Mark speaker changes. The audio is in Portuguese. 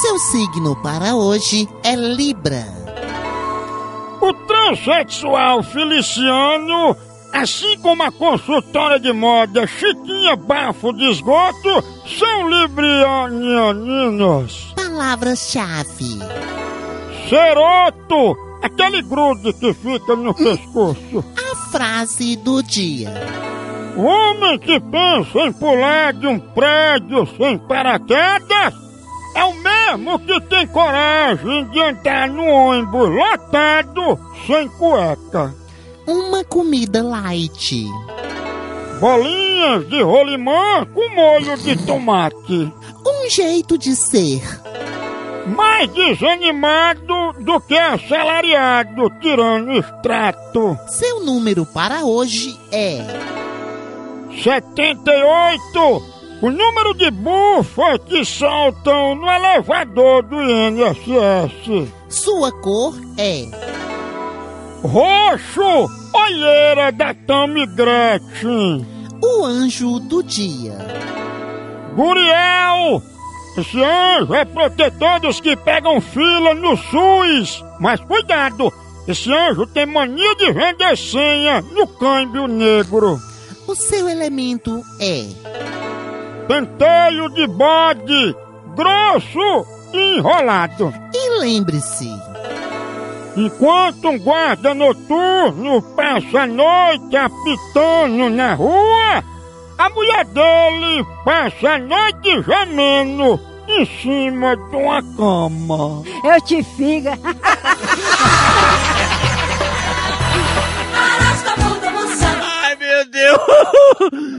Speaker 1: Seu signo para hoje é Libra.
Speaker 2: O transexual Feliciano, assim como a consultora de moda Chiquinha Bafo de Esgoto, são librianianos.
Speaker 1: Palavras-chave.
Speaker 2: Ceroto, aquele grude que fica no pescoço.
Speaker 1: A frase do dia.
Speaker 2: O homem que pensa em pular de um prédio sem paraquedas é o mesmo que tem coragem de entrar no ônibus lotado sem cueca.
Speaker 1: Uma comida light.
Speaker 2: Bolinhas de rolimã com molho de tomate.
Speaker 1: Um jeito de ser.
Speaker 2: Mais desanimado do que assalariado, tirando extrato.
Speaker 1: Seu número para hoje é
Speaker 2: 78. O número de bufas que soltam no elevador do INSS.
Speaker 1: Sua cor é
Speaker 2: Roxo, olheira da Tammy Gretchen.
Speaker 1: o anjo do dia.
Speaker 2: Guriel, esse anjo é protetor dos que pegam fila no SUS. Mas cuidado, esse anjo tem mania de vender senha no câmbio negro.
Speaker 1: O seu elemento é
Speaker 2: Penteio de bode, grosso e enrolado.
Speaker 1: E lembre-se,
Speaker 2: Enquanto um guarda noturno passa a noite apitando na rua, a mulher dele passa a noite gemendo em cima de uma cama.
Speaker 3: Eu te figa.
Speaker 4: Arrasta a bunda, moçada.
Speaker 5: Ai, meu Deus!